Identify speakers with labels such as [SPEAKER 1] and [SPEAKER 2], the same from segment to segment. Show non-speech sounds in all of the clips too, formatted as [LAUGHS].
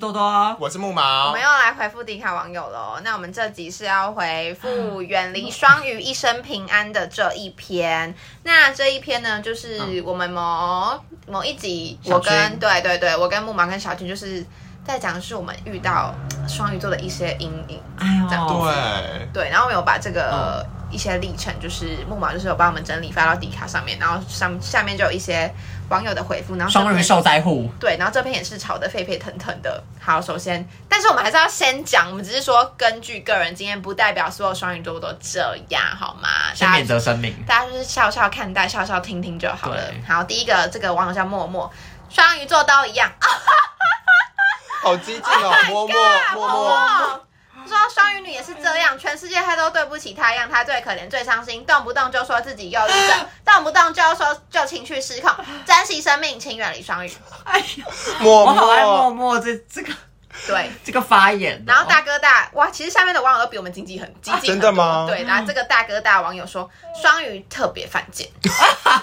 [SPEAKER 1] 豆豆啊，
[SPEAKER 2] 我是木
[SPEAKER 3] 我
[SPEAKER 2] 毛
[SPEAKER 3] 们，要来回复迪卡网友喽。那我们这集是要回复远离双鱼一生平安的这一篇。那这一篇呢，
[SPEAKER 1] 嗯
[SPEAKER 3] 就是我们某某一集，
[SPEAKER 2] 小
[SPEAKER 3] 我
[SPEAKER 2] 军
[SPEAKER 3] 跟对对对，我跟木毛跟小军就是在讲，是我们遇到双鱼座的一些阴影。
[SPEAKER 1] 哎呦，
[SPEAKER 3] 这样
[SPEAKER 2] 对，
[SPEAKER 3] 对，然后我们有把这个
[SPEAKER 1] 嗯
[SPEAKER 3] 一些历程，就是木马就是有帮我们整理发到迪卡上面，然后上下面就有一些网友的回复，然后这
[SPEAKER 1] 双
[SPEAKER 3] 篇
[SPEAKER 1] 鱼受灾户，
[SPEAKER 3] 对，然后这篇也是吵得沸沸腾腾的。好，首先，但是我们还是要先讲，我们只是说根据个人经验，不代表所有双鱼座都这样，好吗？
[SPEAKER 1] 先
[SPEAKER 3] 大
[SPEAKER 1] 免
[SPEAKER 3] 家
[SPEAKER 1] 责声明。
[SPEAKER 3] 大家就是笑笑看待，笑笑听听就好了
[SPEAKER 1] 对。
[SPEAKER 3] 好，第一个这个网友叫默默，双鱼座都一样，Oh
[SPEAKER 2] 好激进哦，默默默默，
[SPEAKER 3] 默。说双鱼女也是这样，全世界她都对不起她，让她最可怜、最伤心，动不动就说自己忧郁
[SPEAKER 1] [LAUGHS]
[SPEAKER 3] 症，动不动就说就情绪失控，珍惜生命，请远离双鱼。
[SPEAKER 1] 哎呦，
[SPEAKER 2] 默
[SPEAKER 1] 我好爱默
[SPEAKER 2] 默，
[SPEAKER 1] 默这这个
[SPEAKER 3] 对，
[SPEAKER 1] 这个发言哦。
[SPEAKER 3] 然后大哥大哇，其实下面的网友都比我们经济很经济、
[SPEAKER 2] 啊真的吗
[SPEAKER 3] 对，然后这个大哥大网友说，双鱼特别犯贱，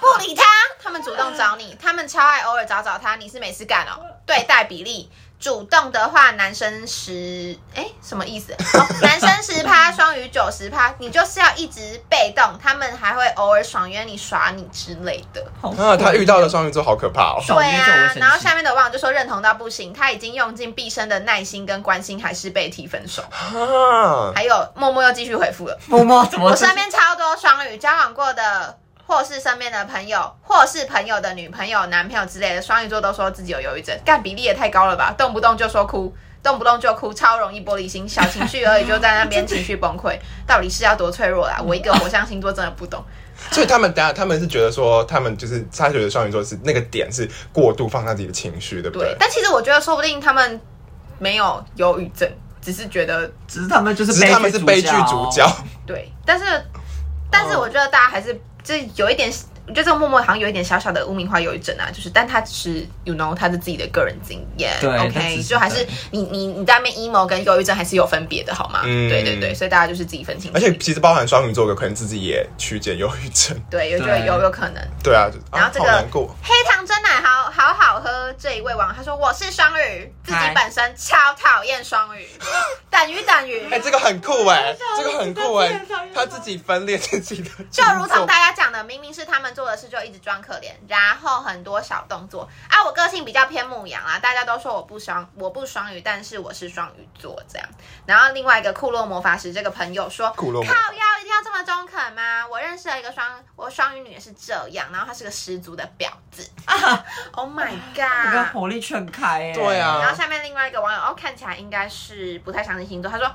[SPEAKER 3] 不理他，他们主动找你，他们超爱偶尔找找他，你是没事干哦。对待比例，主动的话，男生十哎什么意思？哦、男生十趴，双鱼九十趴，你就是要一直被动，他们还会偶尔爽约你耍你之类的。
[SPEAKER 1] 好
[SPEAKER 2] 啊，他遇到的双鱼座好可怕 [LAUGHS] 哦，
[SPEAKER 1] 爽
[SPEAKER 3] 对
[SPEAKER 1] 约就我
[SPEAKER 3] 啊
[SPEAKER 1] 生，气
[SPEAKER 3] 然后下面的网友就说认同到不行，他已经用尽毕生的耐心跟关心，还是被提分手。
[SPEAKER 2] 啊，
[SPEAKER 3] 还有默默又继续回复了，
[SPEAKER 1] 默默怎么
[SPEAKER 3] 我身边超多双鱼交往过的，或是身边的朋友，或是朋友的女朋友、男朋友之类的，双鱼座都说自己有忧郁症，干比例也太高了吧，动不动就说哭。动不动就哭，超容易玻璃心，小情绪而已，就在那边情绪崩溃，到底是要多脆弱啦？我一个火象星座真的不懂。
[SPEAKER 2] 所以他们等下他们是觉得说，他们就是他觉得双鱼座是那个点是过度放大自己的情绪，对不
[SPEAKER 3] 对
[SPEAKER 2] 对，？
[SPEAKER 3] 但其实我觉得说不定他们没有忧郁症，只是觉得
[SPEAKER 1] 只是他们就是
[SPEAKER 2] 只是他们是悲剧主角，
[SPEAKER 3] 对，但是但是我觉得大家还是就是有一点，我觉得这个默默好像有一点小小的污名化忧郁症啊，就是，但他只是 you know 他是自己的个人经验
[SPEAKER 1] 对他只
[SPEAKER 3] ，OK，
[SPEAKER 1] 是
[SPEAKER 3] 就还是你你你在那边 emo 跟忧郁症还是有分别的，好吗？
[SPEAKER 2] 嗯
[SPEAKER 3] 对对对，所以大家就是自己分清楚
[SPEAKER 2] 而。且其实包含双鱼座的可能自己也曲解忧郁症，
[SPEAKER 3] 对，有觉得
[SPEAKER 1] 对
[SPEAKER 3] 有有可能。
[SPEAKER 2] 对啊，就
[SPEAKER 3] 然后
[SPEAKER 2] 啊
[SPEAKER 3] 这
[SPEAKER 2] 好
[SPEAKER 3] 个
[SPEAKER 2] 难过，
[SPEAKER 3] 黑糖真奶好好好喝，这一位网友他说我是双鱼，自己
[SPEAKER 1] 嗨
[SPEAKER 3] 本身超讨厌双
[SPEAKER 1] [LAUGHS]
[SPEAKER 3] 鱼， [LAUGHS] 等于等于。
[SPEAKER 2] 哎，这个很酷哎，这个很酷哎
[SPEAKER 1] 这个很，酷
[SPEAKER 2] 他自己分裂自己的星
[SPEAKER 3] 就
[SPEAKER 2] 座，
[SPEAKER 3] 如同
[SPEAKER 2] [LAUGHS]
[SPEAKER 3] 大家讲的，明明是他们做的事，就一直装可怜，然后很多小动作。啊，我个性比较偏牧羊啦，大家都说我不双，我不双鱼，但是我是双鱼座这样。然后另外一个库洛魔法师这个朋友说，
[SPEAKER 2] 库洛魔
[SPEAKER 3] 靠
[SPEAKER 2] 法
[SPEAKER 3] 腰一定要这么中肯吗？我认识了一个双，我双鱼女也是这样，然后她是个十足的婊子。oh
[SPEAKER 2] [LAUGHS]
[SPEAKER 3] my
[SPEAKER 1] 我跟
[SPEAKER 3] god！
[SPEAKER 1] 火力全开哎。
[SPEAKER 2] 对啊
[SPEAKER 3] 然后下面另外一个网友哦，看起来应该是不太相信星座，他说。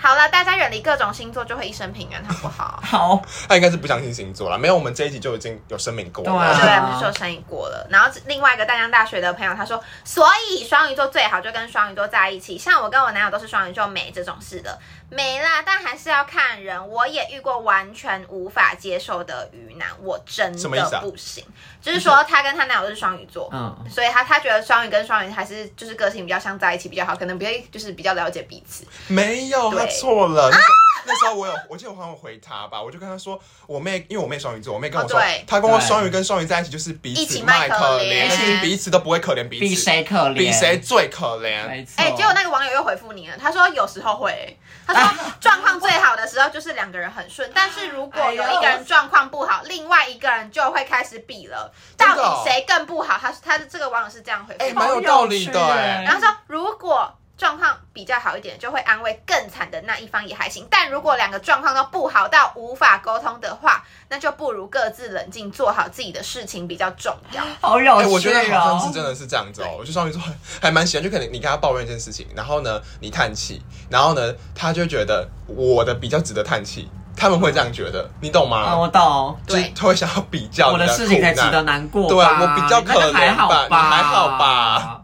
[SPEAKER 3] 好了，大家远离各种星座，就会一生平安，好不好？
[SPEAKER 1] 好，
[SPEAKER 2] 他应该是不相信星座啦，没有，我们这一集就已经有声明过了。
[SPEAKER 1] 对啊
[SPEAKER 3] 对，我们是有生意过了。然后另外一个淡江大学的朋友他说，所以双鱼座最好就跟双鱼座在一起。像我跟我男友都是双鱼座，没这种事的，没啦。但还是要看人。我也遇过完全无法接受的鱼男，我真
[SPEAKER 2] 什么意思
[SPEAKER 3] 的
[SPEAKER 2] 啊
[SPEAKER 3] 不行。就是说，她跟她男友都是双鱼座，
[SPEAKER 1] 嗯，
[SPEAKER 3] 所以她她觉得双鱼跟双鱼还是就是个性比较像在一起比较好，可能比较就是比较了解彼此。
[SPEAKER 2] [LAUGHS] 没有，
[SPEAKER 3] 对
[SPEAKER 2] 他错了。那时候那时候我有，我记得我好像有回他吧，我就跟他说，我妹，因为我妹双鱼座，我妹跟我说
[SPEAKER 3] 哦对，
[SPEAKER 2] 她跟我
[SPEAKER 1] 对
[SPEAKER 2] 双鱼跟双鱼在一起就是彼
[SPEAKER 3] 一
[SPEAKER 2] 此
[SPEAKER 3] 起卖
[SPEAKER 2] 可
[SPEAKER 3] 可怜
[SPEAKER 2] 一起彼此都不会可怜彼此，
[SPEAKER 1] 比谁可怜？
[SPEAKER 2] 比谁？最可怜。
[SPEAKER 1] 没错。
[SPEAKER 3] 哎、结果那个网友又回复你了，他说有时候会、
[SPEAKER 2] [LAUGHS]
[SPEAKER 3] 他说状况最好的时候就是两个人很顺，但是如果
[SPEAKER 2] 哎
[SPEAKER 3] 有一个人状况不好，另外一个人就会开始比了，
[SPEAKER 2] 真
[SPEAKER 3] 到
[SPEAKER 2] 的哦
[SPEAKER 3] 底谁更不好？他他的这个网友是这样回复，
[SPEAKER 2] 哎蛮有道理的哎
[SPEAKER 3] 然后说如果。状况比较好一点，就会安慰更惨的那一方也还行。但如果两个状况都不好到无法沟通的话，那就不如各自冷静，做好自己的事情比较重要。
[SPEAKER 1] 好有
[SPEAKER 2] 哎、
[SPEAKER 1] 趣哦。
[SPEAKER 2] 我觉得好像是真的是这样子哦。我觉得双鱼座还还蛮喜欢，就可能你跟他抱怨一件事情，然后呢，你叹气，然后呢，他就觉得我的比较值得叹气，他们会这样觉得，你懂吗？
[SPEAKER 1] 啊，我懂。
[SPEAKER 2] 就是
[SPEAKER 3] 对
[SPEAKER 2] 他会想要比较
[SPEAKER 1] 我
[SPEAKER 2] 你
[SPEAKER 1] 的
[SPEAKER 2] 的
[SPEAKER 1] 事情才值
[SPEAKER 2] 苦
[SPEAKER 1] 得
[SPEAKER 2] 难
[SPEAKER 1] 难过吧。
[SPEAKER 2] 啊对啊我比较
[SPEAKER 1] 你那个
[SPEAKER 2] 可怜吧
[SPEAKER 1] 还好吧？
[SPEAKER 2] 你还好吧？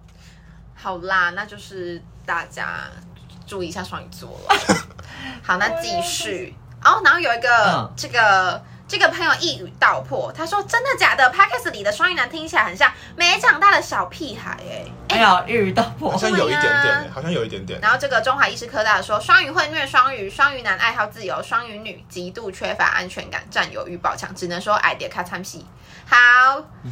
[SPEAKER 3] 好啦，那就是大家注意一下双鱼座了。好，那继续。哦，然后有一个、
[SPEAKER 1] 嗯
[SPEAKER 3] 这个这个朋友一语道破，他说：“真的假的 p a c k e s 里的双鱼男听起来很像没长大的小屁孩、欸。”
[SPEAKER 1] 哎呀，遇到
[SPEAKER 2] 好
[SPEAKER 1] 我，
[SPEAKER 2] 像有一点点、
[SPEAKER 3] 对啊
[SPEAKER 2] 好像有一点点。
[SPEAKER 3] 然后这个中华医师科大说，双鱼会虐双鱼，双鱼男爱好自由，双鱼女极度缺乏安全感，占有欲爆强，只能说 idea 卡参戏。好，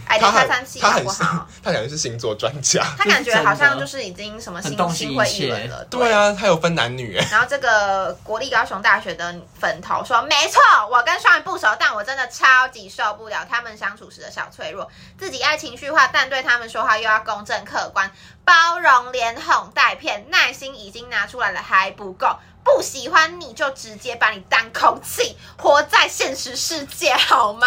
[SPEAKER 3] 矮
[SPEAKER 2] 他
[SPEAKER 3] 到三
[SPEAKER 2] 很
[SPEAKER 3] 三七
[SPEAKER 2] 他
[SPEAKER 3] 好
[SPEAKER 2] 很
[SPEAKER 3] 不好？
[SPEAKER 2] 他感觉是星座专家。
[SPEAKER 3] 他感觉好像就是已经什么
[SPEAKER 1] 很
[SPEAKER 3] 心
[SPEAKER 1] 洞悉
[SPEAKER 3] 心灰
[SPEAKER 1] 一切
[SPEAKER 3] 意冷了，
[SPEAKER 2] 对。啊，他有分男女哎，
[SPEAKER 3] 然后这个国立高雄大学的粉头说：“没错，我跟双鱼不熟，但我真的超级受不了他们相处时的小脆弱，自己爱情绪化，但对他们说话又要公正客观，包容连哄带骗，耐心已经拿出来了还不够。”不喜欢你就直接把你当空气，活在现实世界好
[SPEAKER 1] [LAUGHS]
[SPEAKER 3] 吗？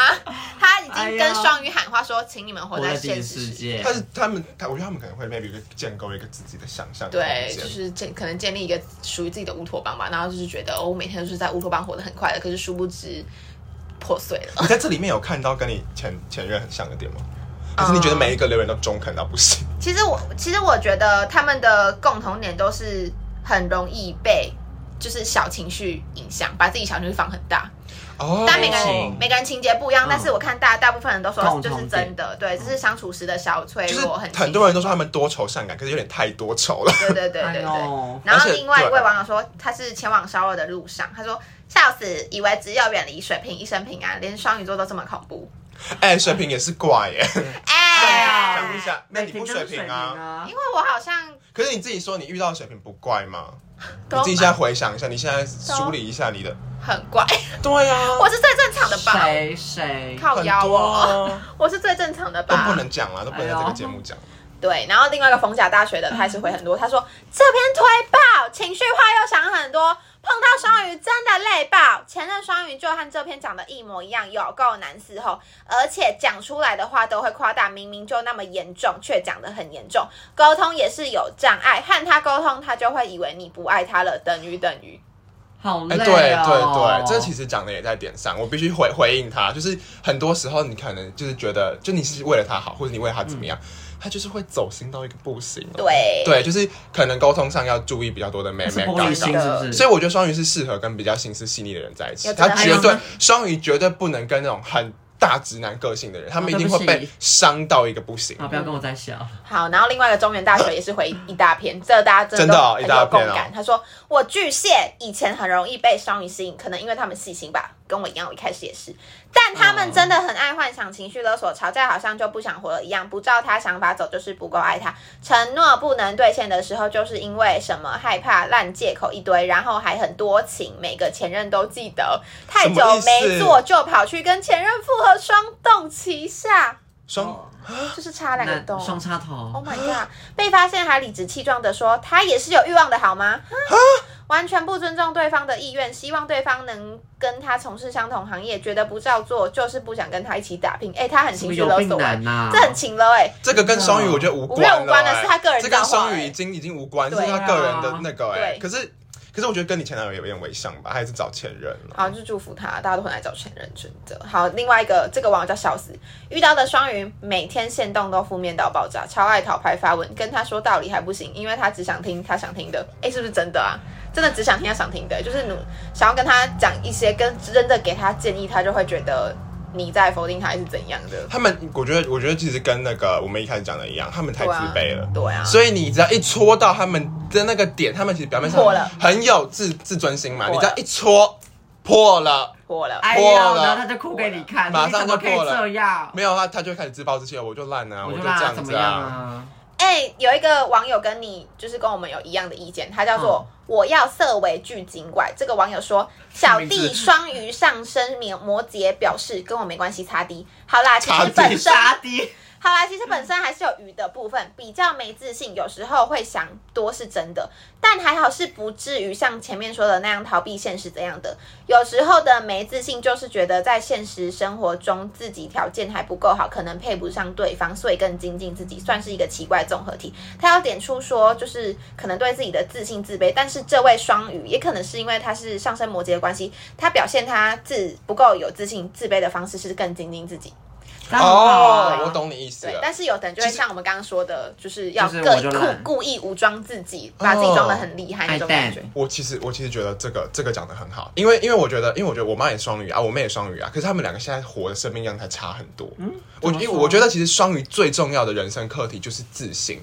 [SPEAKER 3] 他已经
[SPEAKER 1] 哎
[SPEAKER 3] 跟
[SPEAKER 1] 呀
[SPEAKER 3] 双鱼喊话说，请你们活
[SPEAKER 1] 活在
[SPEAKER 3] 在
[SPEAKER 1] 自己
[SPEAKER 3] 现
[SPEAKER 1] 的
[SPEAKER 3] 实
[SPEAKER 1] 世
[SPEAKER 3] 世界。
[SPEAKER 1] 界
[SPEAKER 2] 他。是他们，他我觉得他们可能会 maybe 就建构一个自己的想象空
[SPEAKER 3] 对，
[SPEAKER 2] 间
[SPEAKER 3] 就是建可能建立一个属于自己的乌托邦吧，然后就是觉得哦，我每天都是在乌托邦活得很快乐，可是殊不知破碎了。
[SPEAKER 2] 你在这里面有看到跟你前前任很像的点吗？
[SPEAKER 3] 嗯
[SPEAKER 2] 还是你觉得每一个留言都中肯到不行？
[SPEAKER 3] 其实我其实我觉得他们的共同点都是很容易被就是小情绪影响，把自己小情绪放很大。
[SPEAKER 2] 哦，
[SPEAKER 3] 但每个人
[SPEAKER 1] 情
[SPEAKER 3] 每个人情节不一样，
[SPEAKER 1] 嗯
[SPEAKER 3] 但是我看大大部分人都说
[SPEAKER 1] 共同
[SPEAKER 3] 这
[SPEAKER 1] 点
[SPEAKER 3] 是真的，对，这是相处时的小脆
[SPEAKER 2] 就是
[SPEAKER 3] 弱，很
[SPEAKER 2] 很多人都说他们多愁善感，可是有点太多愁了。
[SPEAKER 3] 对对对对
[SPEAKER 1] 哎
[SPEAKER 3] 对。
[SPEAKER 1] 呦，
[SPEAKER 3] 然后
[SPEAKER 2] 而且
[SPEAKER 3] 另外一
[SPEAKER 2] 对
[SPEAKER 3] 位网友说，他是前往烧肉的路上，他说笑死，以为只有远离水瓶一生平安，连双鱼座都这么恐怖。
[SPEAKER 2] 哎、
[SPEAKER 3] 啊
[SPEAKER 2] 水瓶也是怪耶、
[SPEAKER 3] 哎、
[SPEAKER 2] [LAUGHS] 想一下，那你不
[SPEAKER 1] 每天都
[SPEAKER 2] 水
[SPEAKER 1] 是水
[SPEAKER 2] 瓶
[SPEAKER 1] 瓶
[SPEAKER 2] 啊？
[SPEAKER 1] 啊
[SPEAKER 3] 因，为哎我好像
[SPEAKER 2] 可是你自己说你遇到的水瓶不怪吗？你
[SPEAKER 3] 都
[SPEAKER 2] 自己现在回想一下，你现在梳理一下你的。
[SPEAKER 3] 很怪，
[SPEAKER 2] 对啊，
[SPEAKER 3] 我是最正常的吧？
[SPEAKER 1] 谁谁
[SPEAKER 3] 靠
[SPEAKER 2] 很
[SPEAKER 3] 腰
[SPEAKER 2] 多
[SPEAKER 3] 哦，
[SPEAKER 2] 啊
[SPEAKER 3] [LAUGHS] 我是最正常的
[SPEAKER 2] 都
[SPEAKER 3] 吧？
[SPEAKER 2] 不能讲了，都不能
[SPEAKER 1] 哎
[SPEAKER 2] 在这个节目讲。
[SPEAKER 3] 对，然后另外一个逢甲大学的他也是回很多，他说这篇推爆，情绪化又想很多，碰到双鱼真的累爆。前任双鱼就和这篇讲的一模一样，有够难伺候，而且讲出来的话都会夸大，明明就那么严重，却讲得很严重。沟通也是有障碍，和他沟通，他就会以为你不爱他了，等于等于。
[SPEAKER 1] 好
[SPEAKER 2] 哎、
[SPEAKER 1] 累
[SPEAKER 2] 对
[SPEAKER 1] 哦
[SPEAKER 2] 对对，这其实讲的也在点上，我必须回回应他。就是很多时候你可能就是觉得，就你是为了他好，或者你为了他怎么样，
[SPEAKER 1] 嗯
[SPEAKER 2] 他就是会走心到一个不行、哦。
[SPEAKER 3] 对
[SPEAKER 2] 对，就是可能沟通上要注意比较多的妹
[SPEAKER 1] 是
[SPEAKER 2] 妹
[SPEAKER 1] 玻璃
[SPEAKER 2] 杠
[SPEAKER 1] 心
[SPEAKER 2] 杠。
[SPEAKER 1] 是不
[SPEAKER 2] 所
[SPEAKER 1] 是？
[SPEAKER 2] 以我觉得双鱼是适合跟比较心思细腻的人在一起
[SPEAKER 3] 有，这
[SPEAKER 2] 他
[SPEAKER 3] 个
[SPEAKER 2] 绝
[SPEAKER 1] 哎
[SPEAKER 2] 对
[SPEAKER 1] 呀
[SPEAKER 2] 双鱼绝对不能跟那种很大直男个性的人，他们一定会
[SPEAKER 1] 哦对不
[SPEAKER 2] 被
[SPEAKER 1] 起
[SPEAKER 2] 伤到一个不行。
[SPEAKER 1] 啊，不要跟我在笑，
[SPEAKER 3] 好，然后另外一个中原大学也是回一大篇，这大家真
[SPEAKER 2] 真的哦
[SPEAKER 3] 都
[SPEAKER 2] 一
[SPEAKER 3] 很
[SPEAKER 2] 大
[SPEAKER 3] 有共
[SPEAKER 2] 篇哦
[SPEAKER 3] 感。他说我巨蟹以前很容易被双鱼吸引，可能因为他们细心吧，跟我一样，我一开始也是。但他们真的很爱幻想、情绪勒索、吵架，好像就不想活了一样，不照他想法走就是不够爱他。承诺不能兑现的时候，就是因为什么害怕、烂借口一堆，然后还很多情，每个前任都记得。太久
[SPEAKER 2] 什么意思
[SPEAKER 3] 没做就跑去跟前任复合，双动旗下，
[SPEAKER 2] 双
[SPEAKER 3] 就是差两个
[SPEAKER 1] 那
[SPEAKER 3] 洞。
[SPEAKER 1] 双插
[SPEAKER 3] Oh
[SPEAKER 1] 头，
[SPEAKER 3] my god！被发现还理直气壮的说他也是有欲望的好吗？完全不尊重对方的意愿，希望对方能跟他从事相同行业，觉得不照做就是不想跟他一起打拼。哎、他很
[SPEAKER 1] 是
[SPEAKER 3] 情
[SPEAKER 1] 不是
[SPEAKER 3] 绪
[SPEAKER 1] 有
[SPEAKER 3] 勒
[SPEAKER 1] 病
[SPEAKER 3] 索、欸
[SPEAKER 1] 男，啊呐？
[SPEAKER 3] 这很勤了哎、
[SPEAKER 2] 这个跟双鱼我觉得无关了、
[SPEAKER 3] 我觉得无关了
[SPEAKER 2] 哎
[SPEAKER 3] 是他个人
[SPEAKER 2] 这跟
[SPEAKER 3] 造化
[SPEAKER 2] 双鱼
[SPEAKER 3] 哎
[SPEAKER 2] 已经已经无关，这
[SPEAKER 3] 对
[SPEAKER 2] 是
[SPEAKER 1] 啊
[SPEAKER 2] 他个人的那个哎、
[SPEAKER 3] 对
[SPEAKER 2] 可是可是我觉得跟你前男友有点微像吧，他也是找前任了。
[SPEAKER 3] 好，就祝福他，大家都很爱找前任，真的。好，另外一个这个网友叫小死，遇到的双鱼每天线动都负面到爆炸，超爱讨拍发文，跟他说道理还不行，因为他只想听他想听的。哎、是不是真的啊？真的只想听他想听的，就是努想要跟他讲一些跟真的给他建议，他就会觉得你在否定他还是怎样的。
[SPEAKER 2] 他们，我觉得，我觉得其实跟那个我们一开始讲的一样，他们太自
[SPEAKER 3] 对啊
[SPEAKER 2] 卑了。
[SPEAKER 3] 对啊，
[SPEAKER 2] 所以你只要一戳到他们的那个点，他们其实表面上
[SPEAKER 3] 破了
[SPEAKER 2] 很有自自尊心嘛。
[SPEAKER 3] 破了
[SPEAKER 2] 你只要一戳破了，
[SPEAKER 3] 破了。
[SPEAKER 1] 哎
[SPEAKER 2] 破
[SPEAKER 1] 呀，
[SPEAKER 2] 了
[SPEAKER 1] 然后他就哭给你看，
[SPEAKER 2] 马
[SPEAKER 1] 你
[SPEAKER 2] 上
[SPEAKER 1] 怎么
[SPEAKER 2] 就
[SPEAKER 1] 可以
[SPEAKER 2] 破了
[SPEAKER 1] 这样？
[SPEAKER 2] 没有他他就开始自暴自弃了，我就烂啊，
[SPEAKER 1] 我
[SPEAKER 2] 我
[SPEAKER 1] 就
[SPEAKER 2] 就
[SPEAKER 1] 让
[SPEAKER 2] 这
[SPEAKER 1] 他怎么
[SPEAKER 2] 子
[SPEAKER 1] 样。啊？
[SPEAKER 3] 哎、有一个网友跟你就是跟我们有一样的意见，他叫做
[SPEAKER 1] 嗯
[SPEAKER 3] “我要色为巨精怪”。这个网友说，小
[SPEAKER 2] 名字
[SPEAKER 3] 弟双鱼上升摩摩羯，表示跟我没关系，擦低。好啦，其实
[SPEAKER 2] 擦低
[SPEAKER 3] 本身
[SPEAKER 1] 杀敌，
[SPEAKER 3] 好啦，其实本身还是有鱼的部分，比较没自信，有时候会想多是真的，但还好是不至于像前面说的那样逃避现实怎样的。有时候的没自信就是觉得在现实生活中自己条件还不够好，可能配不上对方，所以更精进自己，算是一个奇怪综合体。他要点出说，就是可能对自己的自信自卑，但是这位双鱼也可能是因为他是上升摩羯的关系，他表现他自不够有自信、自卑的方式是更精进自己。
[SPEAKER 1] 这样很好啊
[SPEAKER 2] 哦，我。懂你意思
[SPEAKER 3] 对，
[SPEAKER 2] 了。
[SPEAKER 3] 但是有的人就会像我们刚刚说的，就是要
[SPEAKER 1] 就是
[SPEAKER 3] 故
[SPEAKER 1] 我就
[SPEAKER 3] 故
[SPEAKER 1] 懒
[SPEAKER 3] 故意武装自己，把自己装的很厉害那种感觉
[SPEAKER 1] I。
[SPEAKER 2] 我其实我其实觉得这个这个讲的很好，因为因为我觉得，因为我觉得我妈也双鱼啊，我妹也双鱼啊，可是他们两个现在活的生命样态差很多。嗯，我
[SPEAKER 1] 怎么
[SPEAKER 2] 因为
[SPEAKER 1] 说
[SPEAKER 2] 我觉得其实双鱼最重要的人生课题就是自信，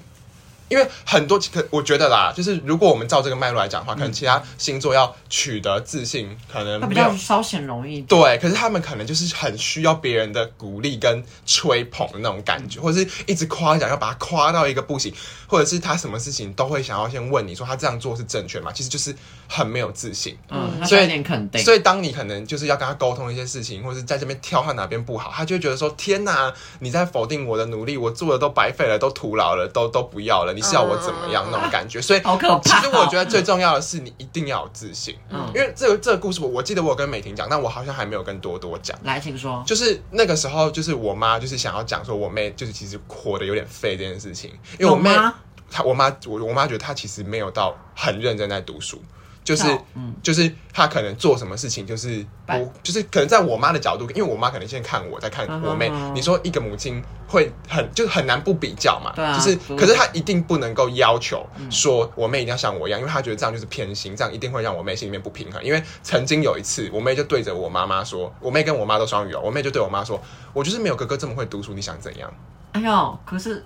[SPEAKER 2] 因为很多可我觉得啦，就是如果我们照这个脉络来讲的话，可能其他星座要取得自信，可能
[SPEAKER 1] 嗯他比
[SPEAKER 2] 没有
[SPEAKER 1] 较稍显容易一点。
[SPEAKER 2] 对，可是他们可能就是很需要别人的鼓励跟吹捧的那种感觉，或者是一直夸奖，要把他夸到一个不行，或者是他什么事情都会想要先问你说他这样做是正确吗？其实就是很没有自信。
[SPEAKER 1] 嗯，他
[SPEAKER 2] 所以
[SPEAKER 1] 有点肯定，
[SPEAKER 2] 所以，当你可能就是要跟他沟通一些事情，或者是在这边挑他哪边不好，他就会觉得说：“天哪，你在否定我的努力，我做的都白费了，都徒劳了，都都不要了，你是要我怎么样、那种感觉。”所以，
[SPEAKER 1] 好可
[SPEAKER 2] 其
[SPEAKER 1] 怕哦。
[SPEAKER 2] 实我觉得最重要的是，你一定要有自信。
[SPEAKER 1] 嗯
[SPEAKER 2] 因为这个这个故事我，我记得我有跟美婷讲，但我好像还没有跟多多讲。
[SPEAKER 1] 来，请说。
[SPEAKER 2] 就是那个时候，就是我妈就是想要讲说，我妹就是其实活得有点废这件事情，因为我妹
[SPEAKER 1] 有吗
[SPEAKER 2] 她我妈我我妈觉得她其实没有到很认真在读书，就是
[SPEAKER 1] 哦嗯
[SPEAKER 2] 就是她可能做什么事情就是
[SPEAKER 1] 拜
[SPEAKER 2] 不就是可能在我妈的角度，因为我妈可能先看我，再看
[SPEAKER 1] 嗯
[SPEAKER 2] 我妹
[SPEAKER 1] 嗯嗯，
[SPEAKER 2] 你说一个母亲会很就是很难不比较嘛，
[SPEAKER 1] 对啊
[SPEAKER 2] 就是
[SPEAKER 1] 不
[SPEAKER 2] 可是她一定不能够要求说我妹一定要像我一样，因为她觉得这样就是偏心，这样一定会让我妹心里面不平衡。因为曾经有一次，我妹就对着我妈妈说，我妹跟我妈都双语哦，我妹就对我妈说，我就是没有哥哥这么会读书，你想怎样？
[SPEAKER 1] 哎呦，可是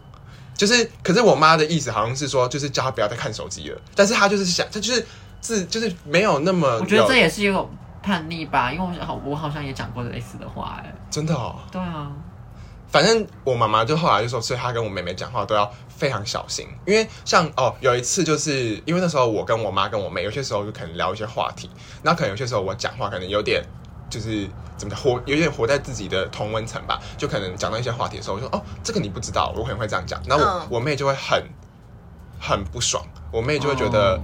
[SPEAKER 2] 就是，可是我妈的意思好像是说，就是叫她不要再看手机了，但是她就是想，她就是自就是没有那么有，
[SPEAKER 1] 我觉得这也是一种叛逆吧，因为我想好，我好像也讲过类似的话，哎，
[SPEAKER 2] 真的哦。
[SPEAKER 1] 对啊，
[SPEAKER 2] 反正我妈妈就后来就说，所以她跟我妹妹讲话都要非常小心，因为像哦，有一次就是因为那时候我跟我妈跟我妹，有些时候就可能聊一些话题，那可能有些时候我讲话可能有点就是怎么讲活有点活在自己的同温层吧，就可能讲到一些话题的时候，我就说哦，这个你不知道，我可能会这样讲，然后我、
[SPEAKER 3] 嗯
[SPEAKER 2] 我妹就会很很不爽，我妹就会觉得、
[SPEAKER 1] 哦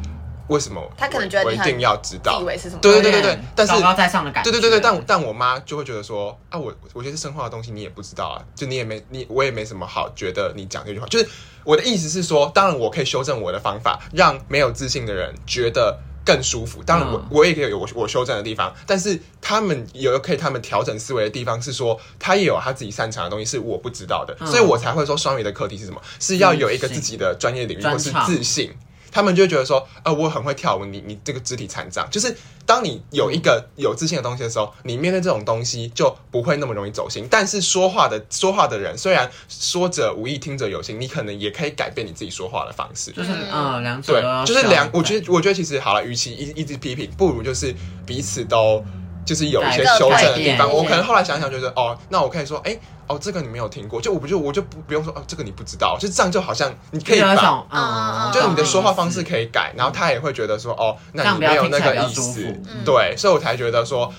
[SPEAKER 2] 为什么
[SPEAKER 3] 嗯她可能觉得
[SPEAKER 2] 我
[SPEAKER 3] 你
[SPEAKER 2] 一
[SPEAKER 3] 很
[SPEAKER 2] 定要知道
[SPEAKER 3] 自以，为是什么？
[SPEAKER 2] 对对对
[SPEAKER 1] 有点
[SPEAKER 2] 对但是
[SPEAKER 1] 高高在上的感觉，
[SPEAKER 2] 对对对对，但但我妈就会觉得说啊，我我觉得是生化的东西你也不知道啊，就你也没你我也没什么好觉得你讲这句话，就是我的意思是说，当然我可以修正我的方法，让没有自信的人觉得。更舒服，当然我
[SPEAKER 1] 嗯
[SPEAKER 2] 我也可以有我我修正的地方，但是他们有可以他们调整思维的地方是说，他也有他自己擅长的东西是我不知道的，
[SPEAKER 1] 嗯
[SPEAKER 2] 所以我才会说双语的课题是什么，是要有一个
[SPEAKER 1] 自
[SPEAKER 2] 自
[SPEAKER 1] 信
[SPEAKER 2] 己的专业领域
[SPEAKER 1] 专
[SPEAKER 2] 或是
[SPEAKER 1] 长
[SPEAKER 2] 自信，他们就会觉得说，呃，我很会跳舞，你你这个肢体残障，就是当你有一
[SPEAKER 1] 嗯
[SPEAKER 2] 个有自信的东西的时候，你面对这种东西就不会那么容易走心。但是说话的说话的人，虽然说者无意，听者有心，你可能也可以改变你自己说话的方式。
[SPEAKER 1] 就是
[SPEAKER 3] 嗯
[SPEAKER 1] 嗯，两者
[SPEAKER 2] 对
[SPEAKER 1] 都要，
[SPEAKER 2] 就是
[SPEAKER 1] 需要
[SPEAKER 2] 两，我觉得我觉得其实好了，与其一一直批评，不如就是彼此都。就是有一些修正的地
[SPEAKER 1] 改
[SPEAKER 2] 方，
[SPEAKER 1] 变
[SPEAKER 2] 我可能后来想想，觉得哦，那我可以说，哎、哦，这个你没有听过，就我不就我就不不用说，哦，这个你不知道，就这样就好像你可以
[SPEAKER 1] 就有一
[SPEAKER 2] 把
[SPEAKER 1] 种
[SPEAKER 3] 嗯
[SPEAKER 1] 嗯，
[SPEAKER 2] 就是你的说话方式
[SPEAKER 1] 嗯
[SPEAKER 2] 可以改，然后他也会觉得说，哦，那
[SPEAKER 1] 这样
[SPEAKER 2] 你
[SPEAKER 1] 比较
[SPEAKER 2] 没有
[SPEAKER 1] 听
[SPEAKER 2] 那
[SPEAKER 1] 起来
[SPEAKER 2] 个
[SPEAKER 1] 比较
[SPEAKER 2] 意
[SPEAKER 1] 舒服
[SPEAKER 2] 思
[SPEAKER 3] 嗯，
[SPEAKER 2] 对，所以我才觉得说，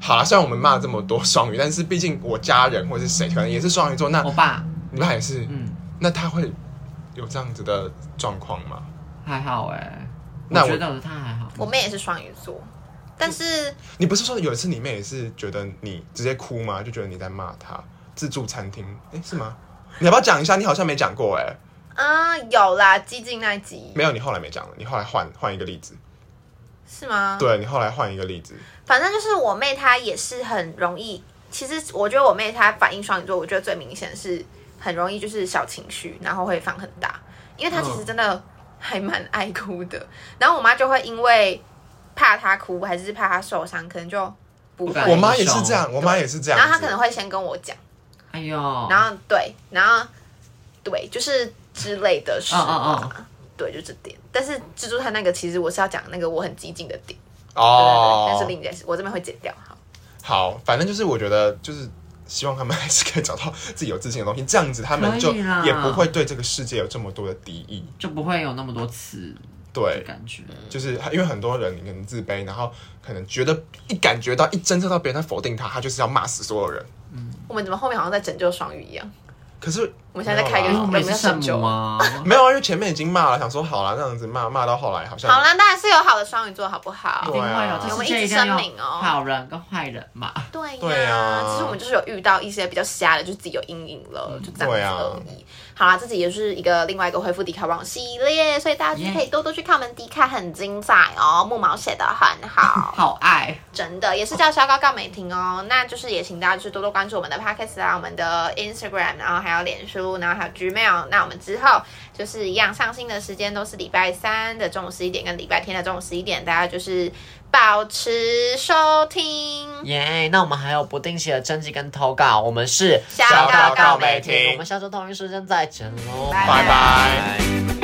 [SPEAKER 2] 好啦，虽然我们骂这么多双语，但是毕竟我家人或是谁可能也是双鱼座，那
[SPEAKER 1] 我爸，
[SPEAKER 2] 你爸也是，
[SPEAKER 1] 嗯，
[SPEAKER 2] 那他会有这样子的状况吗？
[SPEAKER 1] 还好哎，我
[SPEAKER 2] 那我
[SPEAKER 1] 觉得他还好，
[SPEAKER 3] 我妹也是双鱼座，但是
[SPEAKER 2] 你不是说有一次你妹也是觉得你直接哭吗？就觉得你在骂他自助餐厅，诶，是吗？你要不要讲一下？你好像没讲过诶，
[SPEAKER 3] 啊、有啦，激进那一集
[SPEAKER 2] 没有，你后来没讲了，你后来换换一个例子，
[SPEAKER 3] 是吗？
[SPEAKER 2] 对你后来换一个例子，
[SPEAKER 3] 反正就是我妹她也是很容易，其实我觉得我妹她反应双鱼座，我觉得最明显是很容易就是小情绪，然后会放很大，因为她
[SPEAKER 2] 嗯
[SPEAKER 3] 其实真的还蛮爱哭的。然后我妈就会因为怕她哭，还是怕她受伤，可能就不会
[SPEAKER 1] 不敢。
[SPEAKER 2] 我妈也是这样，我妈也是这样
[SPEAKER 3] 然
[SPEAKER 2] 子，
[SPEAKER 3] 后她可能会先跟我讲，
[SPEAKER 1] 哎呦，
[SPEAKER 3] 然后对，然后对，就是之类的事
[SPEAKER 1] 嗯
[SPEAKER 3] 嘛。
[SPEAKER 1] 嗯嗯
[SPEAKER 3] 对，就这点。但是蜘蛛探那个，其实我是要讲那个我很激进的点，对对
[SPEAKER 2] 哦
[SPEAKER 3] 对，，但是另一件事，我这边会剪掉。好，
[SPEAKER 2] 好，反正就是我觉得就是。希望他们还是可以找到自己有自信的东西，这样子他们就
[SPEAKER 1] 可以啦
[SPEAKER 2] 也不会对这个世界有这么多的敌意。
[SPEAKER 1] 就不会有那么多词的
[SPEAKER 3] 嗯
[SPEAKER 2] 对，
[SPEAKER 1] 感觉，
[SPEAKER 2] 就是因为很多人可能自卑，然后可能觉得一感觉到一侦测到别人在否定他，他就是要骂死所有人。
[SPEAKER 3] 我们怎么后面好像在拯救双鱼一样？
[SPEAKER 2] 可是
[SPEAKER 3] 我们现在在开一
[SPEAKER 1] 因
[SPEAKER 3] 个
[SPEAKER 2] 没有啊
[SPEAKER 1] 为我们也是圣母啊，
[SPEAKER 2] 没有啊，因为前面已经骂了，想说好了，那样子骂骂到后来好像
[SPEAKER 3] 好啦，当然是有好的双鱼座，好不
[SPEAKER 2] [LAUGHS]
[SPEAKER 1] 一
[SPEAKER 3] 好
[SPEAKER 1] 定？会有，
[SPEAKER 2] 对啊
[SPEAKER 1] 这
[SPEAKER 3] 我们
[SPEAKER 1] 世
[SPEAKER 3] 一
[SPEAKER 1] 界
[SPEAKER 3] 直
[SPEAKER 1] 一定
[SPEAKER 3] 声
[SPEAKER 1] 有
[SPEAKER 3] 明哦
[SPEAKER 1] 好人跟坏人嘛，
[SPEAKER 3] 对呀、
[SPEAKER 2] 对啊
[SPEAKER 3] 只是我们就是有遇到一些比较瞎的，就自己有阴影了，就这样子
[SPEAKER 2] 对啊
[SPEAKER 3] 而已。好啦，这集也是一个另外一个恢复迪卡网系列，所以大家可以多多去看我们迪卡，很精彩哦。木毛写的很好。
[SPEAKER 1] 好爱，
[SPEAKER 3] 真的也是叫肖高告美婷哦。那就是也请大家就是多多关注我们的 podcast 啊，我们的 Instagram，然后还有脸书，然后还有 Gmail。那我们之后就是一样上新的时间都是礼拜三的中午十一点跟礼拜天的中午十一点，大家就是保持收听。
[SPEAKER 4] 耶那我们还有不定期的征集跟投稿，我们是
[SPEAKER 3] 小告告美
[SPEAKER 2] 婷
[SPEAKER 4] 我们下周同一时间再见喽，
[SPEAKER 3] 拜
[SPEAKER 2] 拜拜。
[SPEAKER 4] 拜